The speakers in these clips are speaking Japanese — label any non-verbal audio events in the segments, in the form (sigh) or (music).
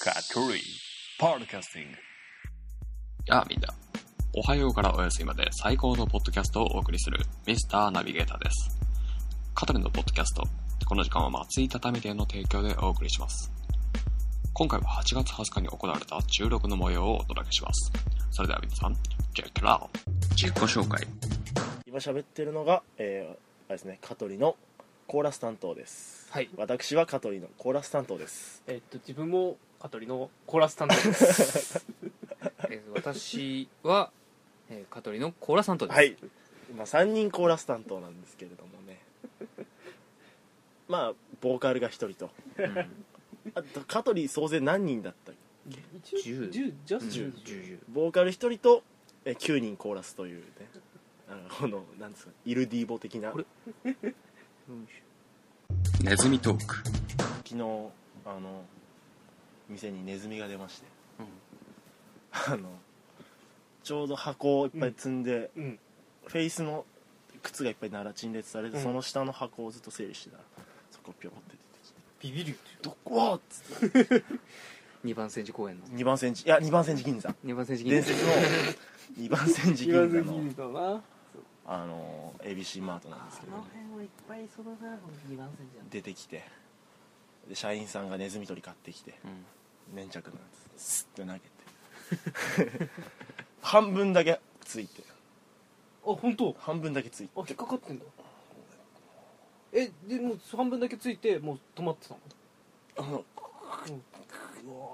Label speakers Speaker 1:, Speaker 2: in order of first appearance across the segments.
Speaker 1: カトリー、パーキャスティング。
Speaker 2: やあみんな。おはようからおやすみまで最高のポッドキャストをお送りするミスターナビゲーターです。カトリンのポッドキャスト。この時間は松井畳店の提供でお送りします。今回は8月20日に行われた収録の模様をお届けします。それでは皆さん、チェックラウ自己紹介。
Speaker 3: 今喋ってるのが、えー、あれですね香取のコーラス担当です
Speaker 4: はい、
Speaker 3: 私は香取のコーラス担当です
Speaker 4: えっと自分も香取のコーラス担
Speaker 3: (laughs)
Speaker 4: 当です、
Speaker 5: えー私は、えー、香取のコーラさんとです、
Speaker 3: はい、まあ、3人コーラス担当なんですけれどもね (laughs) まあボーカルが1人と
Speaker 5: うん、
Speaker 3: あと香取総勢何人だったっけ
Speaker 4: 一応
Speaker 5: 10
Speaker 4: 10ジャス
Speaker 5: 10
Speaker 4: 10
Speaker 3: ボーカル1人と、えー、9人コーラスというねあのこのなんですかイルディーボ的な
Speaker 5: これ
Speaker 3: 昨
Speaker 2: ネズミトーク。
Speaker 3: 日あの店にネズミが出まして、あのちょうど箱をいっぱい積んで、
Speaker 4: うん
Speaker 3: フェイスの靴がいっぱいなら陳列されて、
Speaker 4: うん
Speaker 3: その下の箱をずっと整理してたらそこをピョコって出てきて
Speaker 4: ビビる
Speaker 3: 「どこ?」っつって
Speaker 5: 2番戦時公演の
Speaker 3: 2番センチいや2番センチ銀座
Speaker 5: 2番戦時
Speaker 3: 伝 (laughs) 説の2番センチ銀座の
Speaker 4: だな
Speaker 3: あの ABC マートなんですけど、ね、
Speaker 4: はいっぱいそのな2番線じゃん
Speaker 3: 出てきてで社員さんがネズミ捕り買ってきて
Speaker 5: うん
Speaker 3: 粘着のやつスッて投げて (laughs) 半分だけついて
Speaker 4: あ本当あ
Speaker 3: 半分だけついて
Speaker 4: 引っかかってんだえでもう半分だけついてもう止まってたの
Speaker 3: あの
Speaker 4: うわ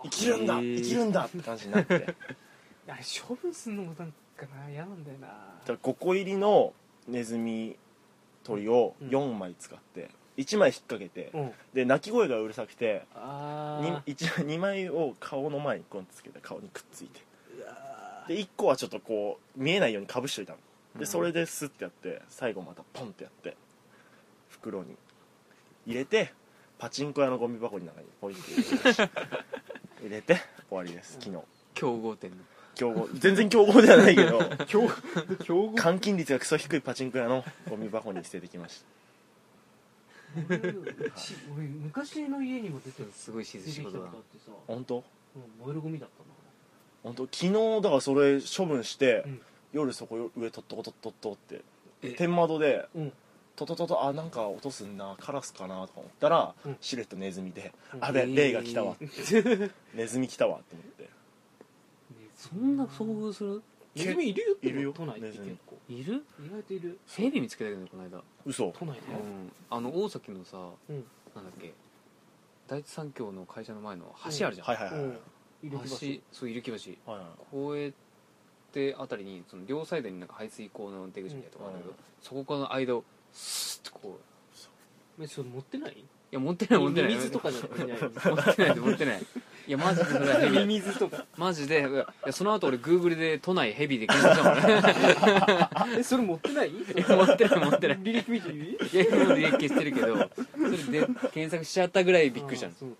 Speaker 3: 生きるんだ
Speaker 5: へー
Speaker 3: 生きるんだって感じになって
Speaker 4: あれ処分すんのもなんかな嫌なんだよな
Speaker 3: だ5個入りのネズミ鳥を
Speaker 4: うん
Speaker 3: 4枚使って1枚引っ掛けて、
Speaker 4: うん
Speaker 3: で鳴き声がうるさくて
Speaker 4: あ
Speaker 3: 2, 2枚を顔の前にこうつけて顔にくっついてで1個はちょっとこう見えないようにかぶしといたのでそれでスッてやって最後またポンってやって袋に入れてパチンコ屋のゴミ箱の中にポイって入れ
Speaker 4: (laughs)
Speaker 3: て入れて終わりです昨日
Speaker 5: 競合店の
Speaker 3: 競合全然競合ではないけ
Speaker 4: (laughs)
Speaker 3: ど
Speaker 4: あ強強豪
Speaker 3: 換金率がクソ低いパチンコ屋のゴミ箱に捨ててきました
Speaker 4: ち (laughs) 俺昔の家にも出てる
Speaker 5: すごい静
Speaker 4: 出てき
Speaker 5: 仕
Speaker 4: たこ
Speaker 5: 事
Speaker 4: と
Speaker 5: だ
Speaker 4: あっ
Speaker 5: な
Speaker 4: てさ
Speaker 3: 本当
Speaker 4: うん燃えるゴミだったんだ
Speaker 3: 本当昨日だからそれ処分して、
Speaker 4: うん
Speaker 3: 夜そこ上とっとことっとっとって
Speaker 5: え
Speaker 3: 天窓で
Speaker 4: うん
Speaker 3: ととととあなんか落とすんなカラスかなとか思ったら、
Speaker 4: うん
Speaker 3: シルエットネズミで、
Speaker 4: うん
Speaker 3: あべ霊が来たわ、
Speaker 5: え
Speaker 3: ネズミ来たわって思って
Speaker 5: そんな遭遇する
Speaker 4: ネズミいるよ
Speaker 3: いるよ
Speaker 4: 都内って結構
Speaker 5: いる
Speaker 4: 意外といる
Speaker 5: ヘビ見つけたけどねこの間、
Speaker 3: 嘘
Speaker 4: 都内だよ
Speaker 5: うん、あの大崎のさ、
Speaker 4: うん
Speaker 5: なんだっけ第一三共の会社の前の橋あるじゃん、
Speaker 3: はいはいはいはい、
Speaker 4: うんいる
Speaker 5: 橋そう入木橋
Speaker 3: はいは
Speaker 5: 公園ってあたりにその両サイドになんか排水溝の出口みたいなとこあるんだけど、
Speaker 3: うん
Speaker 5: そこからの間をスーッとこう
Speaker 4: えそれ持ってない
Speaker 5: いや持ってない持ってない
Speaker 4: 水とかじゃなく
Speaker 5: (laughs)
Speaker 4: て
Speaker 5: 持ってない持ってないいやマジでそれはヘビ
Speaker 4: 水とか
Speaker 5: マジでいやその後俺グーグルで都内ヘビで検索したもんね
Speaker 4: えそれ持ってない
Speaker 5: いや持ってない持ってない
Speaker 4: 履歴見ていい
Speaker 5: いや今まで消してるけどそれで検索しちゃったぐらいびっくりした
Speaker 4: あ
Speaker 5: のだ
Speaker 4: そう
Speaker 5: か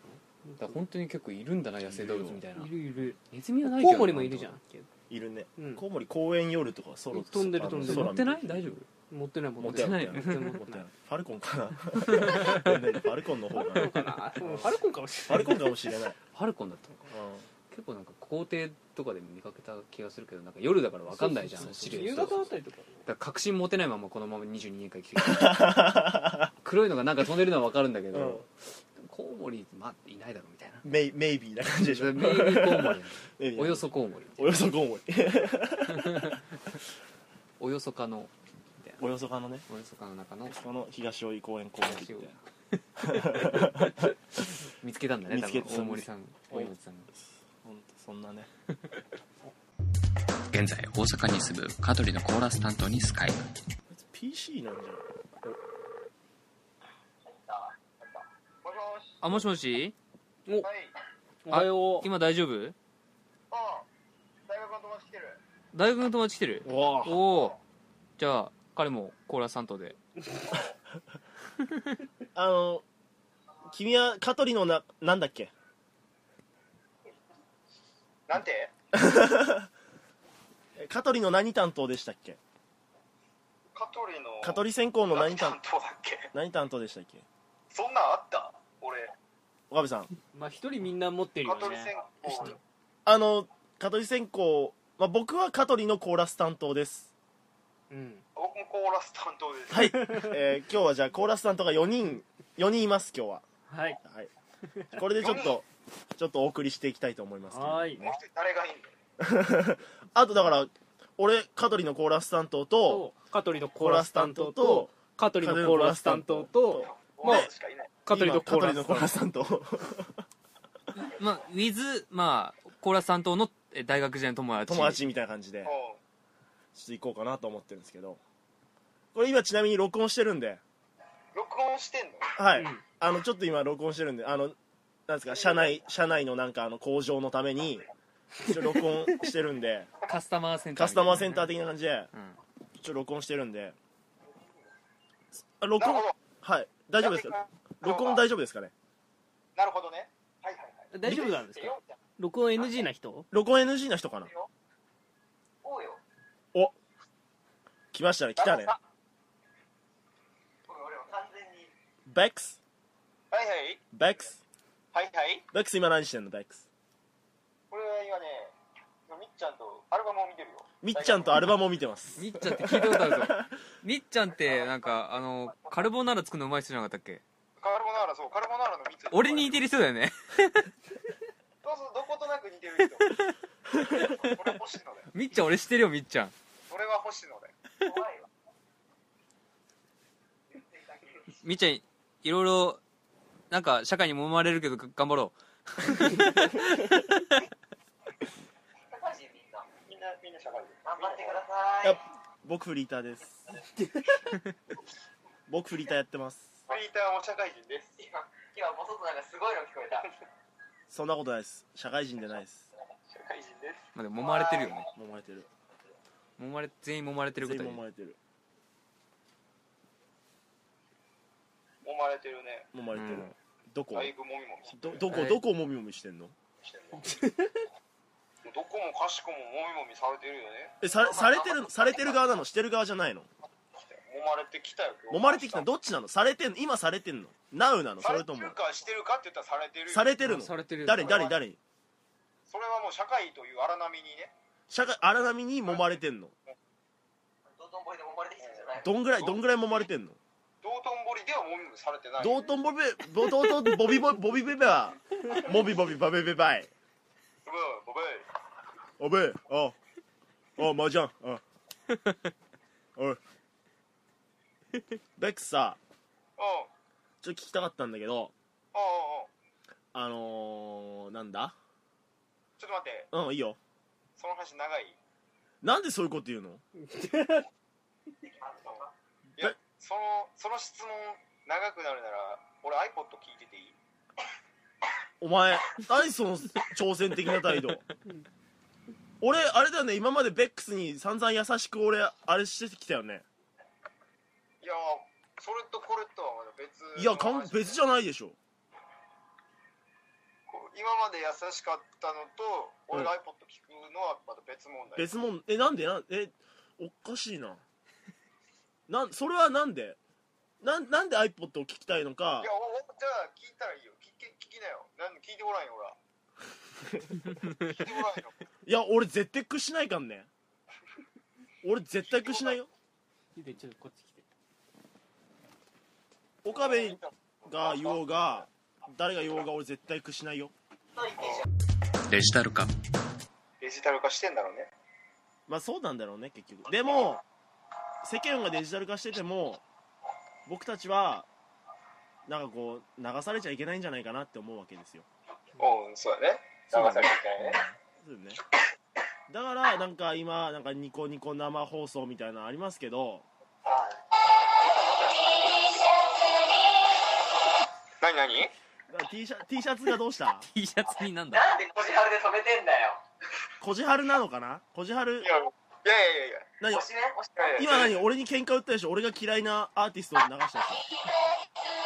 Speaker 5: ら本当に結構いるんだな野生動物みたいない
Speaker 4: るいる
Speaker 5: ネズミはないけ
Speaker 4: コ
Speaker 5: ど
Speaker 4: ウモリもいるじゃん
Speaker 3: い、いるね、
Speaker 4: うん
Speaker 3: コウモリ公園夜とかソロ
Speaker 4: 飛んでる
Speaker 3: あの
Speaker 4: 飛んで
Speaker 3: 空見
Speaker 4: る
Speaker 5: 持ってない大丈夫
Speaker 4: 持ってない
Speaker 3: 持
Speaker 4: 持
Speaker 3: っ
Speaker 4: ってて
Speaker 3: な
Speaker 4: ないい
Speaker 3: 持っ
Speaker 4: 持って
Speaker 3: 持ってないファルコンかなファルコンの方かな
Speaker 4: かなうんファルコンかもし
Speaker 3: フ
Speaker 4: れ
Speaker 3: ァルコ
Speaker 4: ない
Speaker 3: ンかもしれない、
Speaker 5: ハルコンだったの
Speaker 3: う
Speaker 5: か
Speaker 3: ん
Speaker 5: 結構なんか校庭とかで見かけた気がするけどなんか夜だから分かんないじゃん
Speaker 4: そうそうそ
Speaker 5: シ
Speaker 4: う
Speaker 5: ルエ
Speaker 4: 夕
Speaker 5: ット
Speaker 4: 方あたりとか
Speaker 5: だから確信持てないままこのまま22年間生きてきた黒いのがなんか飛んでるのは分かるんだけど、コウモリ、まあ、いないだろうみたいな
Speaker 3: メイメイビーな感じでしょ
Speaker 5: メイビーコウモリ
Speaker 3: メイビー
Speaker 5: およそコウモリ
Speaker 3: およそコウモリ
Speaker 5: およそかのみたいな
Speaker 3: およそかのね
Speaker 5: およそかの中の
Speaker 3: その東大井公園公園って
Speaker 5: 見つけたんだね
Speaker 3: 見つけた
Speaker 5: 多分大森さん
Speaker 3: そう
Speaker 5: 大
Speaker 3: です
Speaker 5: 森さんが
Speaker 3: ほんとそんなね
Speaker 2: 現在大阪に住むカトリのコーラス担当にスカイプ。
Speaker 3: PC なんじゃない
Speaker 6: もしもし。
Speaker 5: あもしもし
Speaker 6: はい。
Speaker 4: おはよう
Speaker 5: 今大丈夫
Speaker 6: ああ、大学の友達来てる。
Speaker 5: 大学の友達来てる
Speaker 3: わ
Speaker 5: おおじゃあ彼もコーラス担当で
Speaker 3: あの君は香取のななんだっけ
Speaker 6: なんて
Speaker 3: 香取の何担当でしたっけ
Speaker 6: 香取の。
Speaker 3: 香取専攻の何
Speaker 6: 何担
Speaker 3: 担
Speaker 6: 当だっけ
Speaker 3: 何担当でしたっけ
Speaker 6: そんなんあった俺。
Speaker 3: 岡部さん
Speaker 4: まあ一人みんな持ってる
Speaker 6: 香
Speaker 4: よ
Speaker 6: 取
Speaker 4: ね
Speaker 6: 線香
Speaker 3: あの香取線香、まあ、僕は香取のコーラス担当です
Speaker 4: うん
Speaker 6: 僕もコーラス担当です
Speaker 3: はい、えー今日はじゃあコーラス担当が4人4人います今日は
Speaker 4: はい
Speaker 3: はいこれでちょっとちょっとお送りしていきたいと思いますけど
Speaker 4: はい
Speaker 6: もう一人誰がいいんだよ
Speaker 3: あとだから俺香取のコーラス担当と
Speaker 4: と香取のコーラス担当と香取のコーラス担当と
Speaker 6: コーラスしかいない
Speaker 4: 香取の
Speaker 3: 今
Speaker 4: コー
Speaker 3: 香
Speaker 4: ラス
Speaker 3: 取のコーラ
Speaker 4: 担
Speaker 3: ス担当
Speaker 7: まあウィズまあコーラス担当のえ大学時代の友達
Speaker 3: (laughs) 友達みたいな感じで
Speaker 6: うん
Speaker 3: ちょっと行こうかなと思ってるんですけどこれ今ちなみに録音してるんで
Speaker 6: 録音してんの
Speaker 3: はい、
Speaker 4: うん
Speaker 3: あのちょっと今録音してるんであのなんですか社内社内のなんかあの工場のために一応録音してるんで
Speaker 7: カスタマーセンター
Speaker 3: カスタマーセンター
Speaker 7: で
Speaker 3: 的な感じで一応録音してるんであ
Speaker 6: な
Speaker 3: 録
Speaker 6: る
Speaker 3: 音
Speaker 6: ほど
Speaker 3: はい大丈夫ですか録音大丈夫ですかね
Speaker 6: なるほどねはいはいはい
Speaker 4: 大丈夫なんですか
Speaker 6: よ
Speaker 4: 録音 NG な人
Speaker 3: 録音 NG な人かな
Speaker 6: おうよ
Speaker 3: 来ましたね来たね
Speaker 6: あこれ俺は完全に
Speaker 3: ベックス
Speaker 6: はいはい
Speaker 3: ベックス
Speaker 6: はいはい
Speaker 3: ベックス今何してんのベックス
Speaker 6: これは今ねみっちゃんとアルバムを見てるよ
Speaker 3: みっちゃんとアル
Speaker 6: バ
Speaker 3: バムを見てます
Speaker 7: みっちゃんって聞いたことあるぞみっちゃんってなんかあのカルボナーラ作るのうまい人じゃなかったっけ
Speaker 6: ムカルボナーラそうカルボナーラのみっちゃん
Speaker 7: 俺に似てる人だよね
Speaker 6: そうそうどことなく似てる人これ星野だよ
Speaker 7: みっちゃん俺知ってるよみっちゃん
Speaker 6: 俺は星野だよ怖いわ
Speaker 7: みっちゃんいろいろなんか社会に揉まれるけどが頑張ろ
Speaker 6: 高橋みんなみんなみんな社会人頑張ってくださ
Speaker 3: やっ僕フリーターです
Speaker 6: (laughs)
Speaker 3: 僕フリーターやってます
Speaker 6: フリーターも社会人です今今もとなんかすごいの聞こえた
Speaker 3: そんなことないです社会人でないです
Speaker 6: 社会人です
Speaker 7: うまあでも揉まれてるよね
Speaker 3: 揉まれてる
Speaker 7: 揉まれ全員揉まれてるこ
Speaker 3: 全
Speaker 7: と
Speaker 3: 員
Speaker 7: に
Speaker 3: 揉まれてる
Speaker 6: 揉まれてるね
Speaker 3: 揉まれてる、
Speaker 7: うん
Speaker 3: どこ
Speaker 6: だいぶもみもみして
Speaker 3: どどこ
Speaker 7: はい
Speaker 3: どこもみもみしてんの
Speaker 6: るなどこもかしこももみもみされてるよね
Speaker 3: えさされてるされてる側なのしてる側じゃないの
Speaker 6: 揉まれてきたよ今日
Speaker 3: 揉まれてきたのどっちなのされてんの今されてんのナウなのそ
Speaker 6: され
Speaker 3: れ
Speaker 6: て
Speaker 3: とも
Speaker 6: るかしてるかって言ったらされてるよ
Speaker 3: されてるの
Speaker 7: されてるよ
Speaker 3: 誰誰誰
Speaker 6: それはもう社会という荒波にね
Speaker 3: 社会荒波に揉まれてんの
Speaker 6: 道頓堀で揉まれてきたんじゃない
Speaker 3: どんぐらいどんぐらい揉まれてんの
Speaker 6: 道頓堀ではもみもみされてない
Speaker 3: 道頓ボベボ道頓ボビボボビベベはボビボビバベベバイ
Speaker 6: ブ
Speaker 3: お
Speaker 6: ーブー
Speaker 3: べえああ麻雀あおいベックスさ
Speaker 6: うん
Speaker 3: ちょっと聞きたかったんだけど
Speaker 6: おうおうおう
Speaker 3: あのー、なんだ
Speaker 6: ちょっと待って
Speaker 3: うんいいよ
Speaker 6: その話長い
Speaker 3: なんでそういうこと言うの
Speaker 6: いやそのその質問長くなるなら俺 iPod 聞いてていい
Speaker 3: お前何その挑戦的な態度俺あれだよね今までベックスに散々優しく俺あれしてきたよね
Speaker 6: いやそれとこれとはまだ別
Speaker 3: いやかん別じ
Speaker 6: ゃ
Speaker 3: ゃないでしょ
Speaker 6: 今まで優しかったのと俺が iPod 聞くのはまだ別問題
Speaker 3: 別もんえなんでなんえおかしいななんそれはなんでなんなんで iPod を聞きたいのか
Speaker 6: いやおおじゃあ聞いたらいいよ聞け聞きなよなん聞いてごら
Speaker 3: (laughs)
Speaker 6: んよほら聞いてごらんよ
Speaker 3: いや俺絶対屈しないかんね俺絶対屈しないよ
Speaker 4: でちょっとこっち来て
Speaker 3: 岡部が言おうが誰が言おうが俺絶対屈しないよ
Speaker 2: デジタル化
Speaker 6: デジタル化してんだろうね
Speaker 3: まあそうなんだろうね結局でも世間がデジタル化してても僕たちはなんかこう流されちゃいけないんじゃないかなって思うわけですよ
Speaker 6: うんそうだね流されていね
Speaker 3: そうだよねだからなんか今なんかニコニコ生放送みたいなのありますけど
Speaker 6: 何何
Speaker 3: T シャ T シャツがどうした
Speaker 7: T シャツになんだ
Speaker 6: なんでこじはるで止めてんだよ
Speaker 3: こじはるなのかなこじはる
Speaker 6: いやいやいやいや
Speaker 3: 何
Speaker 6: しね押しね
Speaker 3: 今何俺に喧嘩売ったでしょ俺が嫌いなアーティストを流したでしょ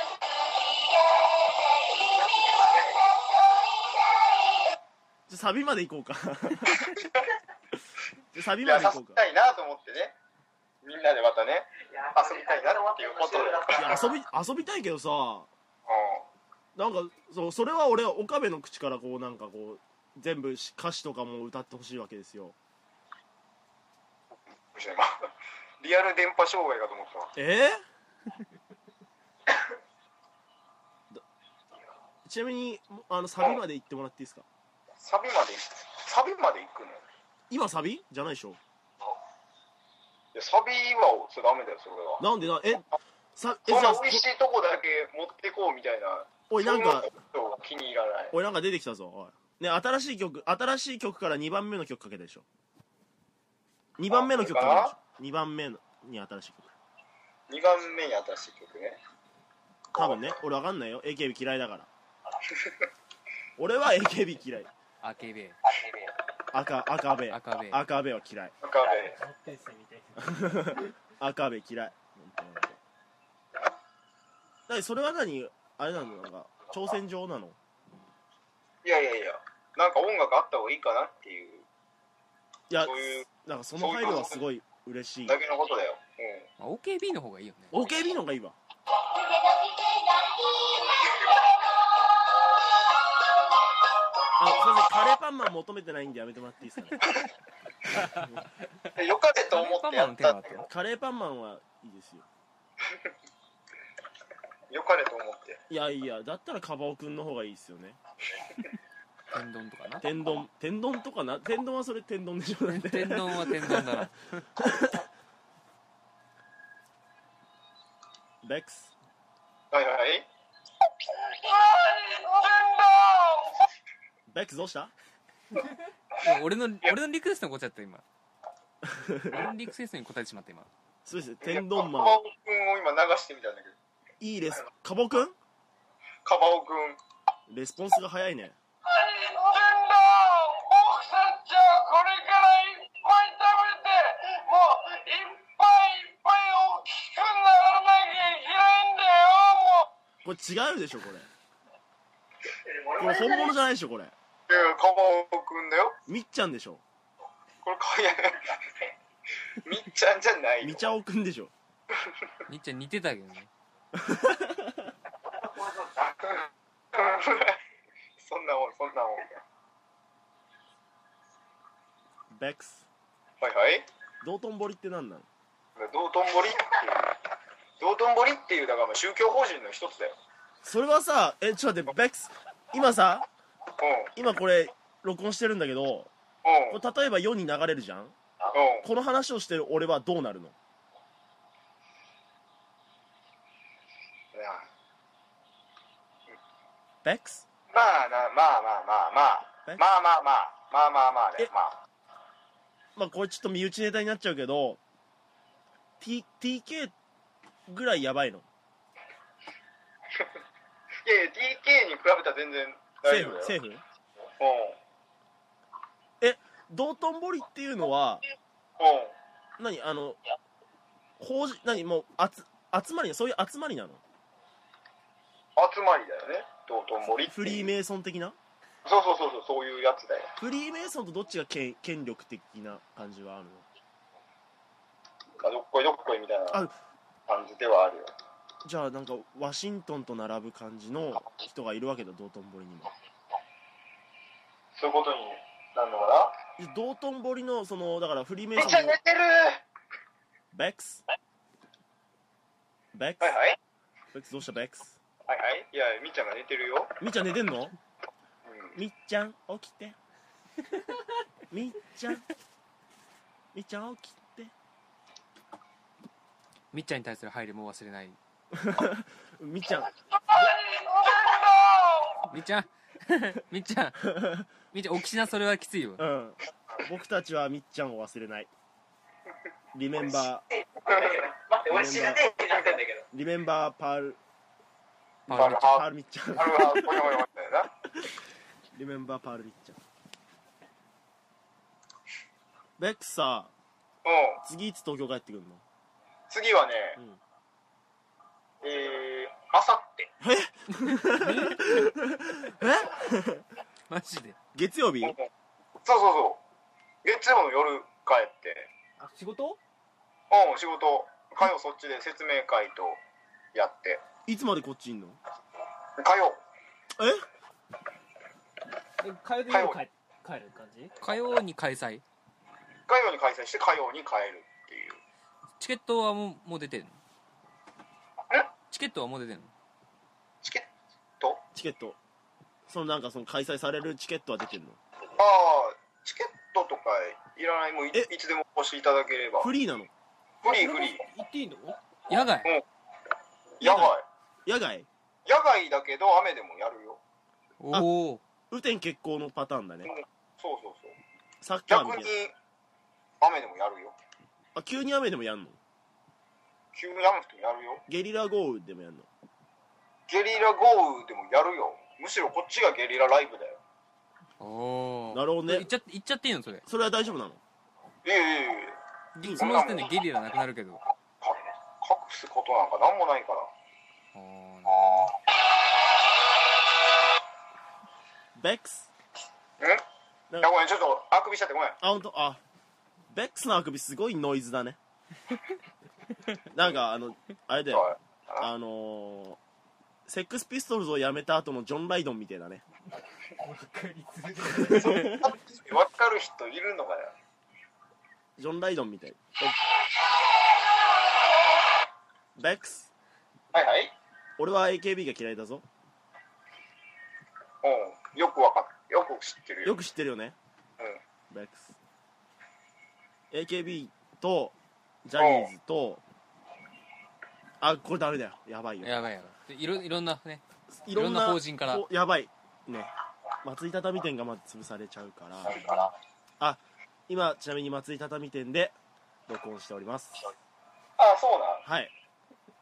Speaker 3: じゃあサビまで行こうか (laughs) じゃあサビ
Speaker 6: い
Speaker 3: ま
Speaker 6: や
Speaker 3: で行
Speaker 6: さ
Speaker 3: こ
Speaker 6: せ
Speaker 3: うか
Speaker 6: たいなと思ってねみんなでまたね遊びたいなっていうことで
Speaker 3: いや遊び遊びたいけどさ
Speaker 6: うん
Speaker 3: ななんかそうそれは俺は岡部の口からこうなんかこう全部し歌詞とかも歌ってほしいわけですよ
Speaker 6: 今 (laughs) リアル電波障害かと思ったわ
Speaker 3: えーだちなみにもあのサビまで行ってもらっていいですか
Speaker 6: サビまでサビまで行くのい
Speaker 3: 今サビじゃないでしょ
Speaker 6: やサビはそれダメだよそれは
Speaker 3: なんでなえさえ
Speaker 6: そん
Speaker 3: さ
Speaker 6: な美味しいとこだけ持ってこうみたいな
Speaker 3: おいなんか
Speaker 6: そんなこと気に入らない
Speaker 3: おいなんか出てきたぞおいね新しい曲新しい曲から2番目の曲かけたでしょ2番目の曲かけたでしょ2番目のに新しい曲
Speaker 6: 2番目に新しい曲ね
Speaker 3: 多分ね俺わかんないよ AKB 嫌いだから
Speaker 6: (laughs)
Speaker 3: 俺は AKB 嫌い
Speaker 7: 赤べ
Speaker 3: 赤赤べ
Speaker 7: 赤べ
Speaker 3: 赤べは嫌い
Speaker 6: 赤部
Speaker 3: 赤べ嫌い本当本当だってそれは何あれなのなんか挑戦状なの
Speaker 6: いやいやいやなんか音楽あった方がいいかなっていう
Speaker 3: いや
Speaker 6: そういう
Speaker 3: なんかその配慮はすごい嬉しい
Speaker 6: だけのことだよ、うん、
Speaker 7: まあ OKB の方がいいよね
Speaker 3: OKB の方がいいわあすいませんカレーパンマン求めてないんでやめてもらっていいですかね
Speaker 6: でよかれと思ってやったんだ
Speaker 3: (laughs)
Speaker 6: けど
Speaker 3: カレーパンマンはいいですよ
Speaker 6: よかれと思って
Speaker 3: いやいやだったらカバオくんの方がいいですよね
Speaker 7: 天丼とかな
Speaker 3: 天丼天丼とかな天丼はそれ天丼でしょだって
Speaker 7: 天丼は天丼だな
Speaker 3: ベックス
Speaker 6: はいはい
Speaker 3: ベックスどうした
Speaker 7: でも俺の俺のリクエストに応えちゃった今俺のリクエストに答えてしまった今
Speaker 3: そうですね天丼マン
Speaker 6: カバオくんを今流してみたんだけど
Speaker 3: いいですカバオくん
Speaker 6: カバオくん
Speaker 3: レスポンスが早いね
Speaker 8: 天丼僕たちはこれからいっぱい食べてもういっぱいいっぱい大きくならなきゃいけないんだよもう
Speaker 3: これ違うでしょこれこれ本物じゃないでしょこれ
Speaker 6: いやカバオくんだよ
Speaker 3: みっちゃんでしょ
Speaker 6: これかわいいみっちゃんじゃないよ
Speaker 3: みちゃおくんでしょ
Speaker 7: にっちゃん似てたけどね
Speaker 6: そんなもんそんなもん
Speaker 3: ベックス
Speaker 6: はいはい
Speaker 3: 道頓堀って何なの
Speaker 6: 道頓堀っていう道頓堀っていうだからまあ宗教法人の一つだよ
Speaker 3: それはさえちょっと待ってベックス今さ
Speaker 6: う
Speaker 3: 今これ録音してるんだけど
Speaker 6: んうんうん
Speaker 3: これ例えば世に流れるじゃんこの話をしてる俺はどうなるの
Speaker 6: いや
Speaker 3: ベックス
Speaker 6: まあなまあまあまあまあ
Speaker 3: え
Speaker 6: まあまあまあまあまあまあね
Speaker 3: え
Speaker 6: まあ
Speaker 3: まあこれちょっと身内ネタになっちゃうけど、T、TK ぐらいやばいの
Speaker 6: いやいや DK に比べたら全然大
Speaker 3: セー
Speaker 6: 丈夫だ
Speaker 3: フ
Speaker 6: よ
Speaker 3: セーフ
Speaker 6: う
Speaker 3: 道頓堀っていうのは
Speaker 6: んうん
Speaker 3: 何あの法事何もうあつ集まりそういう集まりなの
Speaker 6: 集まりだよね道頓堀って
Speaker 3: フリーメイソン的な
Speaker 6: そうそうそうそうそういうやつだよ
Speaker 3: フリーメイソンとどっちが権権力的な感じはあるの
Speaker 6: あどっこいどっこいみたいな
Speaker 3: あ
Speaker 6: 感じではあるよ
Speaker 3: じゃあなんかワシントンと並ぶ感じの人がいるわけだ道頓堀にも
Speaker 6: そういうことになるのか
Speaker 3: で道頓堀のそのだからフリーメイ
Speaker 6: なめ
Speaker 3: ソン
Speaker 6: っちゃ
Speaker 3: の
Speaker 6: 寝てる
Speaker 3: ベックスベック
Speaker 6: は
Speaker 3: ス
Speaker 6: いはい
Speaker 3: ベックスどうしたベックス
Speaker 6: はいはいいやみっちゃんが寝てるよ、
Speaker 3: みっちゃん寝てんの
Speaker 6: うん、
Speaker 3: みっちゃん起きて (laughs) みっちゃんみっちゃん起きて
Speaker 7: みっちゃんに対する配慮も忘れない
Speaker 3: みっちゃん
Speaker 7: みっちゃん (laughs) みっちゃんみっちゃん起きしなそれはきついよ
Speaker 3: うん僕たちはみっちゃんを忘れないリメンバー
Speaker 9: 待って、俺知らねえってなってんだけど。
Speaker 3: リメンバーパール
Speaker 7: パワー
Speaker 6: ル
Speaker 7: みっち
Speaker 3: パー
Speaker 6: ハ
Speaker 3: ルみっちゃん
Speaker 6: あるはこれこれこれだよな
Speaker 3: リメンバーパールみっちゃんベックさ
Speaker 6: うん
Speaker 3: 次いつ東京帰ってくるの
Speaker 6: 次はね、
Speaker 3: うん
Speaker 6: えーあさって
Speaker 7: ゃんマジで
Speaker 3: 月曜日
Speaker 6: そうそうそう月曜の夜帰って
Speaker 4: あ仕事
Speaker 6: うん仕事火曜そっちで説明会とやって
Speaker 3: いつまでこっちいんの
Speaker 6: 火曜
Speaker 4: え火曜日夜帰帰る感じ
Speaker 7: 火曜に開催
Speaker 6: 火曜に開催して火曜に変えるっていう
Speaker 7: チケットはもうもう出てんの
Speaker 6: え
Speaker 7: チケットはもう出てんの
Speaker 6: チケット
Speaker 3: チケットそのなんかその開催されるチケットは出てるの
Speaker 6: ああチケットとかいらないもうい
Speaker 3: え
Speaker 6: いつでもお越しいただければ
Speaker 3: フリーなの
Speaker 6: フリーフリー
Speaker 4: 行っていい (laughs) の
Speaker 7: 野外
Speaker 6: 野外
Speaker 3: 野外
Speaker 6: 野外だけど雨でもやるよ
Speaker 7: おお
Speaker 3: 雨天決行のパターンだね
Speaker 6: そうそうそう
Speaker 3: サッカーみ
Speaker 6: 逆
Speaker 3: たい
Speaker 6: に
Speaker 3: な
Speaker 6: 雨でもやるよ
Speaker 3: あ急に雨でもやんの
Speaker 6: 急に雨降ってもやるよ
Speaker 3: ゲリラ豪雨でもやんの
Speaker 6: ゲリラ豪雨でもやるよむしろこっちがゲリラライブだよ
Speaker 7: お
Speaker 3: なるほど
Speaker 7: ーい
Speaker 3: ね
Speaker 7: っちゃいっちゃっていいのそれ
Speaker 3: それは大丈夫なの
Speaker 6: いえいえいえ
Speaker 7: ぎその時点でゲリラなくなるけど
Speaker 6: か隠すことなんか何もないから
Speaker 7: あー
Speaker 3: ベックス
Speaker 6: うん
Speaker 3: なん
Speaker 6: い
Speaker 3: か
Speaker 6: やごめんちょっとあくびしちゃってごめん
Speaker 3: あ本当あベックスのあくびすごいノイズだねなんかあのあれだよ
Speaker 6: はい
Speaker 3: あのー、セックスピストルズをやめた後のジョン・ライドンみたいだね
Speaker 6: わかる人いるのかよ
Speaker 3: ジョン・ライドンみたいベックス
Speaker 6: はいはい
Speaker 3: 俺は AKB が嫌いだぞ
Speaker 6: うんよくわかっよく知ってるよ
Speaker 3: よく知ってるよね
Speaker 6: う
Speaker 3: ベックス AKB とジャニーズとあこれダメだよやばいよ
Speaker 7: やばいやばいでいろいろんなね
Speaker 3: い
Speaker 7: いろんな法人から
Speaker 3: おやばいね松井畳店がまず潰されちゃうからあ今ちなみに松井畳店で録音しております
Speaker 6: あそうなん
Speaker 3: はい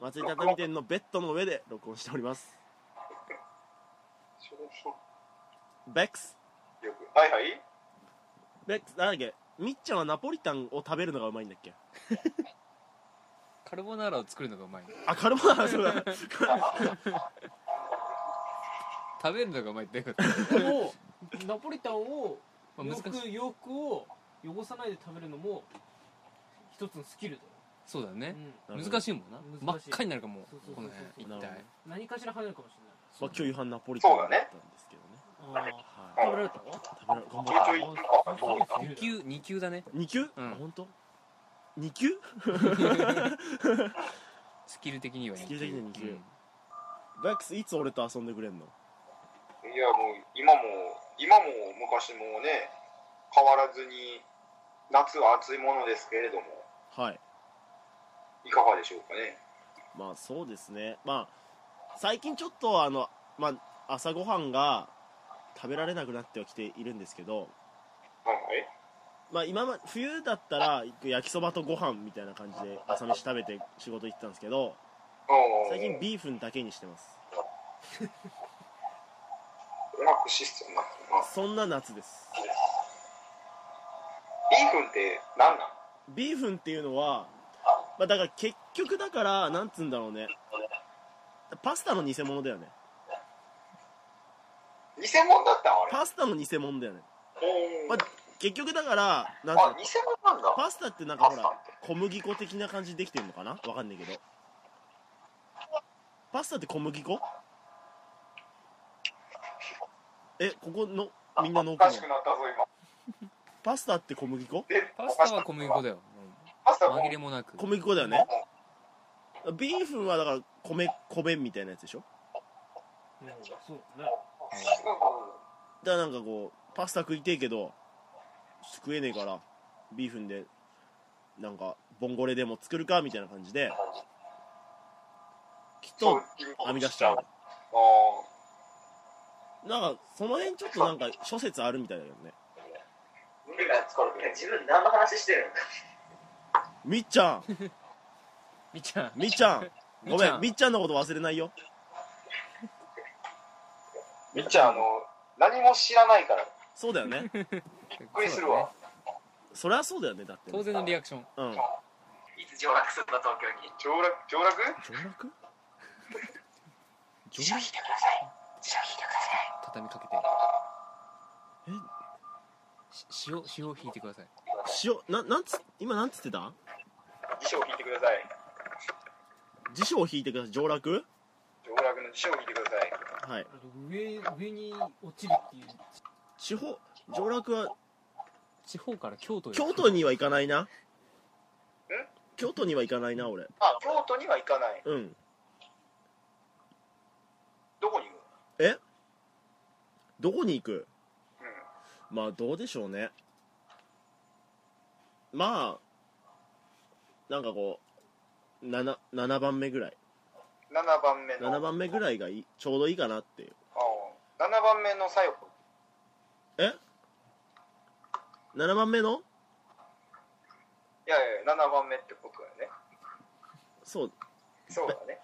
Speaker 3: 松井畳店のベッドの上で録音しておりますベックス
Speaker 6: よくはいはい
Speaker 3: ベックスなんだっけみっちゃんはナポリタンを食べるのがうまいんだっけ
Speaker 7: カルボナーラを作るのがうまい
Speaker 3: あカルボナ
Speaker 7: (laughs)
Speaker 3: ーラそうだ
Speaker 7: 食べるのがうまいってどういうこと
Speaker 4: でもナポリタンを
Speaker 7: まあ
Speaker 4: よ
Speaker 7: 難し
Speaker 4: く洋服を汚さないで食べるのも一つのスキルだよ、
Speaker 7: そうだ
Speaker 4: う
Speaker 7: ね
Speaker 4: ん、
Speaker 7: 難しいもんな真っ
Speaker 4: 難しい
Speaker 7: 赤になるかも
Speaker 4: そうそう
Speaker 7: こ
Speaker 4: そうそう
Speaker 7: の辺一
Speaker 3: なる
Speaker 7: 体
Speaker 4: 何かしら跳ねるかもし
Speaker 3: まあ、今日夕飯ナポリタンだったんですけどね
Speaker 4: れないあ
Speaker 3: は
Speaker 4: ー食べられたの
Speaker 3: い食べら頑
Speaker 6: ちょいち
Speaker 3: 張
Speaker 6: ょ
Speaker 3: って
Speaker 6: いなんかそうだ
Speaker 7: 2級二級だね
Speaker 3: 2級、
Speaker 7: ん
Speaker 3: あ本当2級
Speaker 7: スキル的には
Speaker 3: スキル的には二級
Speaker 7: うん
Speaker 3: ベックスいつ俺と遊んでくれんの
Speaker 6: いやもう今も今も昔もね変わらずに夏は暑いものですけれども
Speaker 3: はい
Speaker 6: いかがでしょうかね
Speaker 3: まあそうですねまあ最近ちょっとあの、まあ、朝ごはんが食べられなくなってはきているんですけど、
Speaker 6: はい
Speaker 3: ま
Speaker 6: はい
Speaker 3: あ、今ま冬だったら焼きそばとご飯みたいな感じで朝飯食べて仕事行ってたんですけど
Speaker 6: うん
Speaker 3: 最近ビーフンだけにしてます
Speaker 6: うまくシステムになってるな
Speaker 3: そんな夏です
Speaker 6: ビーフンって何なん
Speaker 3: ビーフンっていうのは、まあ、だから結局だからなんつうんだろうねパスタの偽物だよね
Speaker 6: 偽物だったんあれ
Speaker 3: パスタの偽物だよね
Speaker 6: うん
Speaker 3: まあ結局だからなん
Speaker 6: あ
Speaker 3: だ
Speaker 6: 偽物なんだ
Speaker 3: パスタってなんかほ
Speaker 6: パス
Speaker 3: ら
Speaker 6: タって
Speaker 3: 小麦粉的な感じでできてるのかなわかんないけどパスタって小麦粉えここのみんなの
Speaker 6: おかしくなったぞ今
Speaker 3: パスタって小麦粉
Speaker 6: で
Speaker 7: パスタは小麦粉だよ
Speaker 6: パスタ
Speaker 7: うん
Speaker 6: は
Speaker 7: 紛
Speaker 6: 小麦
Speaker 7: れ
Speaker 6: 粉
Speaker 7: もなく
Speaker 3: 小麦粉だよねビーフンはだから米米みたいなやつでしょ
Speaker 4: うんそうだね
Speaker 3: だからなんかこうパスタ食いてえけど食えねえからビーフンでなんかボンゴレでも作るかみたいな感じできっと編み出しちゃう
Speaker 6: あー
Speaker 3: なんかその辺ちょっとなんか諸説あるみたいだけどね
Speaker 9: 俺が疲れて自分何の話してるの
Speaker 3: みっちゃん
Speaker 7: みっちゃん
Speaker 3: みっちゃん
Speaker 7: (laughs) み
Speaker 3: ご
Speaker 7: っち
Speaker 3: め
Speaker 7: ゃ
Speaker 3: ん
Speaker 7: ん
Speaker 3: みっちゃんのこと忘れないよ
Speaker 6: みっちゃんあの何も知らないから
Speaker 3: そうだよ
Speaker 7: (laughs)
Speaker 3: ね
Speaker 7: びっ
Speaker 6: びっくりするわ、
Speaker 3: そりゃそうだよねだってね、
Speaker 7: 当然のリアクション
Speaker 3: うん
Speaker 9: いつ上洛するの東京に
Speaker 6: 上洛上洛
Speaker 3: 上洛上
Speaker 9: 辞書
Speaker 3: 洛
Speaker 9: 引いてください辞書引いてください
Speaker 7: 畳みかけてし塩塩を引いてください
Speaker 3: 塩ななんつ今なんつってた
Speaker 6: 辞書を引いてください
Speaker 3: 辞書を引いてください上洛
Speaker 6: 上洛の辞書を引いてください
Speaker 3: ははい
Speaker 4: 上上に落ちるっていう
Speaker 3: 地方上洛は
Speaker 7: 地方から京都へ
Speaker 3: 京都には行かないな京都には行かないな俺
Speaker 6: あ京都には行かない
Speaker 3: うん
Speaker 6: どこに行く
Speaker 3: どこに行く
Speaker 6: うん
Speaker 3: まあどうでしょうねまあなんかこう 7, 7番目ぐらい
Speaker 6: 7番目の
Speaker 3: 7番目ぐらいがいいちょうどいいかなっていう
Speaker 6: あ7番目の左翼
Speaker 3: 7番目の
Speaker 6: いやいや7番目ってことだよね
Speaker 3: そう
Speaker 6: そうだ
Speaker 3: (laughs)
Speaker 6: ね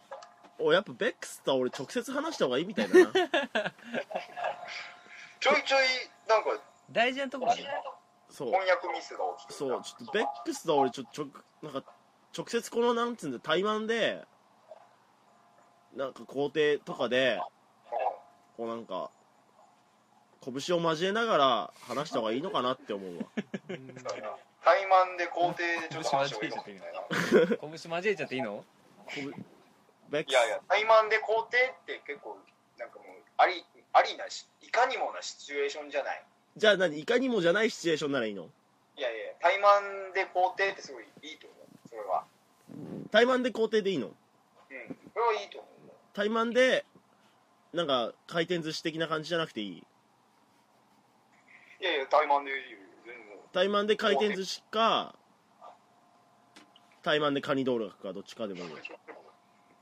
Speaker 3: おやっぱベックスとは俺直接話した方がいいみたい (laughs) だな
Speaker 6: ちょいちょいなんか
Speaker 7: 大事なところだね
Speaker 3: そう
Speaker 6: 翻訳ミスが起きてる
Speaker 3: そうちょっとベックスとは俺ちょちょなんか直接このなんつうんだ対マンでなんか校庭とかでこうなんか拳を交えながら話した方がいいのかなって思うわ
Speaker 6: 対マンで校庭でちょっと話をいいのかみ
Speaker 3: (laughs)
Speaker 6: たいな
Speaker 7: 拳交えちゃっていいの
Speaker 3: ベック
Speaker 6: い
Speaker 3: ス
Speaker 6: やいや対マンで校庭って結構なんかもうありありなしいかにもなシチュエーションじゃない
Speaker 3: じゃあ何いかにもじゃないシチュエーションならいいの
Speaker 6: いやいや対マンで校庭ってすごいいいと思うそれは
Speaker 3: 対マンで校庭でいいの
Speaker 6: うんそれはいいと思う
Speaker 3: 対マンでなんか回転寿司的な感じじゃなくていい
Speaker 6: いやいや対マンでいいよ全然
Speaker 3: 対マンで回転寿司か対マンでカニ道楽かどっちかでもいいよ